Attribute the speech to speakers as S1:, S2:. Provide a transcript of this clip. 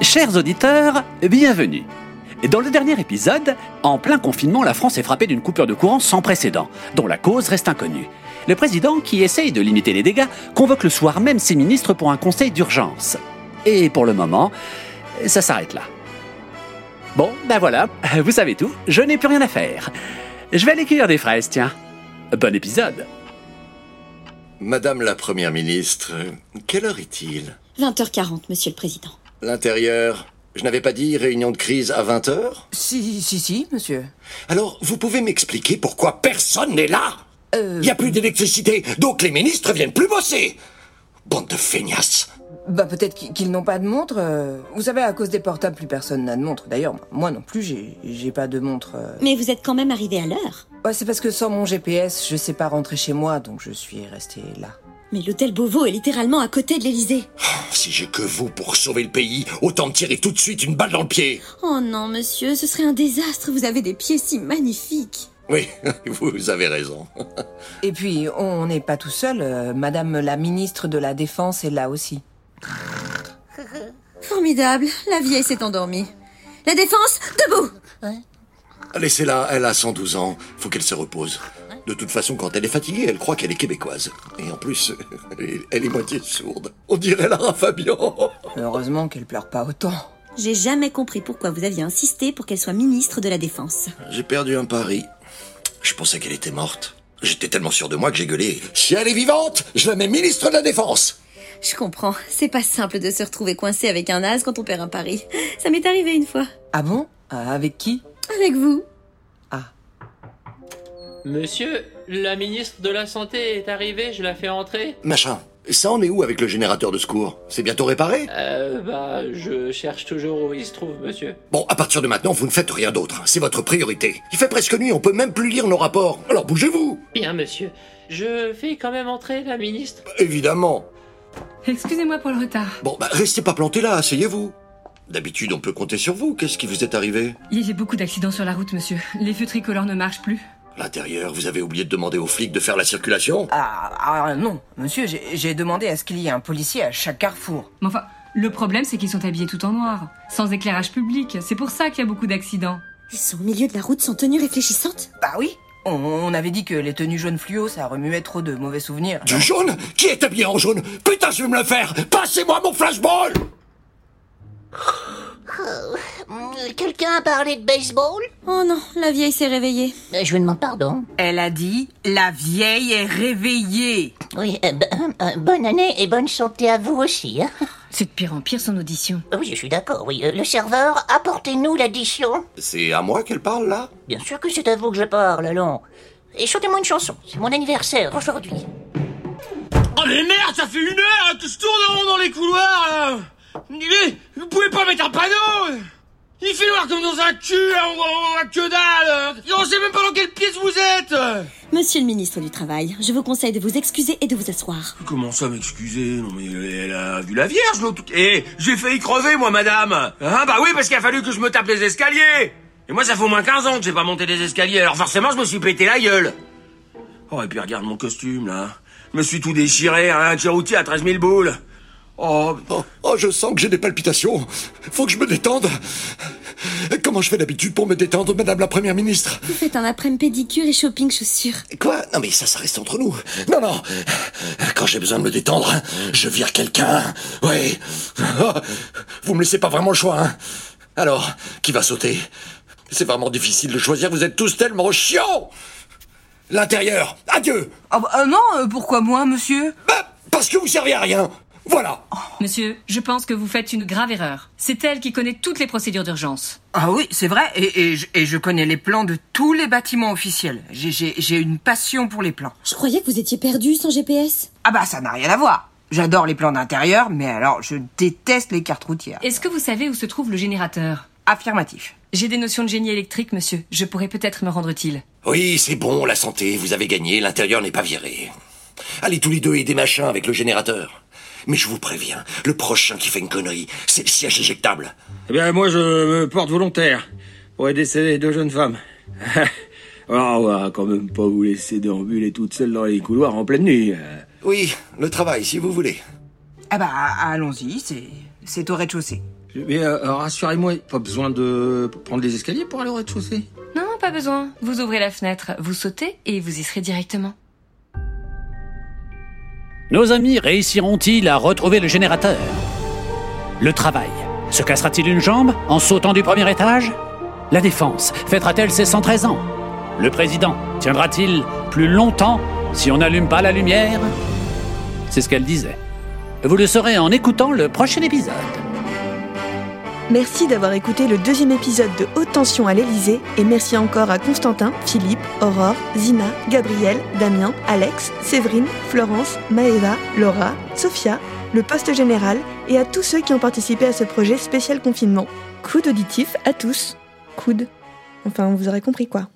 S1: Chers auditeurs, bienvenue. Dans le dernier épisode, en plein confinement, la France est frappée d'une coupure de courant sans précédent, dont la cause reste inconnue. Le président, qui essaye de limiter les dégâts, convoque le soir même ses ministres pour un conseil d'urgence. Et pour le moment, ça s'arrête là. Bon, ben voilà, vous savez tout, je n'ai plus rien à faire. Je vais aller cueillir des fraises, tiens. Bon épisode.
S2: Madame la Première ministre, quelle heure est-il
S3: 20h40, monsieur le président.
S2: L'intérieur Je n'avais pas dit réunion de crise à 20h
S4: Si, si, si, monsieur.
S2: Alors, vous pouvez m'expliquer pourquoi personne n'est là
S4: Euh,
S2: Il n'y a plus d'électricité, donc les ministres viennent plus bosser Bande de feignasses
S4: bah peut-être qu'ils qu'ils n'ont pas de montre. euh, Vous savez, à cause des portables, plus personne n'a de montre. D'ailleurs, moi non plus, j'ai j'ai pas de montre. euh.
S3: Mais vous êtes quand même arrivé à l'heure.
S4: Ouais, c'est parce que sans mon GPS, je sais pas rentrer chez moi, donc je suis resté là.
S3: Mais l'hôtel Beauvau est littéralement à côté de l'Elysée.
S2: Si j'ai que vous pour sauver le pays, autant me tirer tout de suite une balle dans le pied
S3: Oh non, monsieur, ce serait un désastre. Vous avez des pieds si magnifiques.
S2: Oui, vous avez raison.
S4: Et puis, on n'est pas tout seul. euh, Madame la ministre de la Défense est là aussi.
S3: Formidable. La vieille s'est endormie. La défense, debout
S2: Laissez-la, elle a 112 ans, faut qu'elle se repose. De toute façon, quand elle est fatiguée, elle croit qu'elle est québécoise. Et en plus, elle est- elle est moitié sourde. On dirait Lara Fabian
S4: Heureusement qu'elle pleure pas autant.
S3: J'ai jamais compris pourquoi vous aviez insisté pour qu'elle soit ministre de la Défense.
S2: J'ai perdu un pari. Je pensais qu'elle était morte. J'étais tellement sûr de moi que j'ai gueulé. Si elle est vivante, je la mets ministre de la Défense.
S3: Je comprends, c'est pas simple de se retrouver coincé avec un as quand on perd un pari. Ça m'est arrivé une fois.
S4: Ah bon Ah, Avec qui
S3: Avec vous.
S4: Ah.
S5: Monsieur, la ministre de la Santé est arrivée, je la fais entrer.
S2: Machin, ça en est où avec le générateur de secours C'est bientôt réparé
S5: Euh, bah, je cherche toujours où il se trouve, monsieur.
S2: Bon, à partir de maintenant, vous ne faites rien d'autre. C'est votre priorité. Il fait presque nuit, on peut même plus lire nos rapports. Alors bougez-vous
S5: Bien, monsieur. Je fais quand même entrer la ministre.
S2: Évidemment.
S6: Excusez-moi pour le retard.
S2: Bon, bah restez pas planté là, asseyez-vous. D'habitude, on peut compter sur vous. Qu'est-ce qui vous est arrivé
S6: Il y a beaucoup d'accidents sur la route, monsieur. Les feux tricolores ne marchent plus.
S2: À L'intérieur, vous avez oublié de demander aux flics de faire la circulation
S4: Ah, ah non, monsieur, j'ai j'ai demandé à ce qu'il y ait un policier à chaque carrefour.
S6: Mais enfin, le problème, c'est qu'ils sont habillés tout en noir, sans éclairage public. C'est pour ça qu'il y a beaucoup d'accidents.
S3: Ils sont au milieu de la route sans tenue réfléchissante
S4: Bah oui, on, on avait dit que les tenues jaunes fluo, ça remuait trop de mauvais souvenirs.
S2: Du jaune Qui est habillé en jaune Putain, je vais me le faire Passez-moi mon flashball
S7: Hmm, Quelqu'un a parlé de baseball
S3: Oh non, la vieille s'est réveillée.
S7: Euh, Je lui demande pardon.
S4: Elle a dit La vieille est réveillée.
S7: Oui, euh, b- euh, bonne année et bonne santé à vous aussi. hein.
S6: C'est de pire en pire son audition.
S7: Oui, je suis d'accord, oui. Euh, Le serveur, apportez-nous l'addition.
S2: C'est à moi qu'elle parle là
S7: Bien sûr que c'est à vous que je parle, allons. Et chantez-moi une chanson, c'est mon anniversaire aujourd'hui.
S8: Oh les merdes, ça fait une heure hein, que je tourne en rond dans les couloirs là. Mais vous pouvez pas mettre un panneau Il fait noir comme dans un cul, là, on voit que dalle Et on sait même pas dans quelle pièce vous êtes
S3: Monsieur le ministre du Travail, je vous conseille de vous excuser et de vous asseoir.
S8: Comment ça m'excuser Non mais elle a vu la Vierge l'autre... Eh, j'ai failli crever moi madame Hein bah oui, parce qu'il a fallu que je me tape les escaliers Et moi ça fait au moins 15 ans que j'ai pas monté les escaliers, alors forcément je me suis pété la gueule Oh et puis regarde mon costume là Je me suis tout déchiré, hein, un Cherokee à 13 000 boules Oh,
S2: oh, oh, je sens que j'ai des palpitations. Faut que je me détende. Comment je fais d'habitude pour me détendre, Madame la Première Ministre
S3: Vous faites un après-midi pédicure et shopping chaussures.
S2: Quoi Non mais ça, ça reste entre nous. Non, non. Quand j'ai besoin de me détendre, je vire quelqu'un. Oui. Oh, Vous me laissez pas vraiment le choix, hein Alors, qui va sauter C'est vraiment difficile de choisir, vous êtes tous tellement chiants L'intérieur, adieu
S4: Ah bah, euh, non, euh, pourquoi moi, monsieur
S2: Bah, Parce que vous servez à rien Voilà
S6: Monsieur, je pense que vous faites une grave erreur. C'est elle qui connaît toutes les procédures d'urgence.
S4: Ah oui, c'est vrai, et, et je- et je connais les plans de tous les bâtiments officiels. J'ai- J'ai j'ai une passion pour les plans.
S3: Je croyais que vous étiez perdu sans GPS.
S4: Ah bah ça n'a rien à voir. J'adore les plans d'intérieur, mais alors je déteste les cartes routières.
S6: Est-ce que vous savez où se trouve le générateur
S4: Affirmatif.
S6: J'ai des notions de génie électrique, monsieur. Je pourrais peut-être me rendre utile.
S2: Oui, c'est bon, la santé, vous avez gagné, l'intérieur n'est pas viré. Allez tous les deux aider machin avec le générateur. Mais je vous préviens, le prochain qui fait une connerie, c'est le siège éjectable.
S8: Eh bien, moi, je me porte volontaire pour aider ces deux jeunes femmes. Alors, on va quand même pas vous laisser déambuler toutes seules dans les couloirs en pleine nuit. euh.
S2: Oui, le travail, si vous voulez.
S4: Ah bah, allons-y, c'est, c'est au rez-de-chaussée.
S8: Mais euh, rassurez-moi, pas besoin de prendre les escaliers pour aller au rez-de-chaussée.
S9: Non, pas besoin. Vous ouvrez la fenêtre, vous sautez et vous y serez directement.
S1: Nos amis réussiront-ils à retrouver le générateur Le travail se cassera-t-il une jambe en sautant du premier étage La défense fêtera-t-elle ses 113 ans Le président tiendra-t-il plus longtemps si on n'allume pas la lumière C'est ce qu'elle disait. Vous le saurez en écoutant le prochain épisode.
S6: Merci d'avoir écouté le deuxième épisode de Haute Tension à l'Elysée et merci encore à Constantin, Philippe, Aurore, Zina, Gabriel, Damien, Alex, Séverine, Florence, Maëva, Laura, Sophia, le poste général et à tous ceux qui ont participé à ce projet spécial confinement. Coude auditif à tous. Coude. Enfin, vous aurez compris quoi.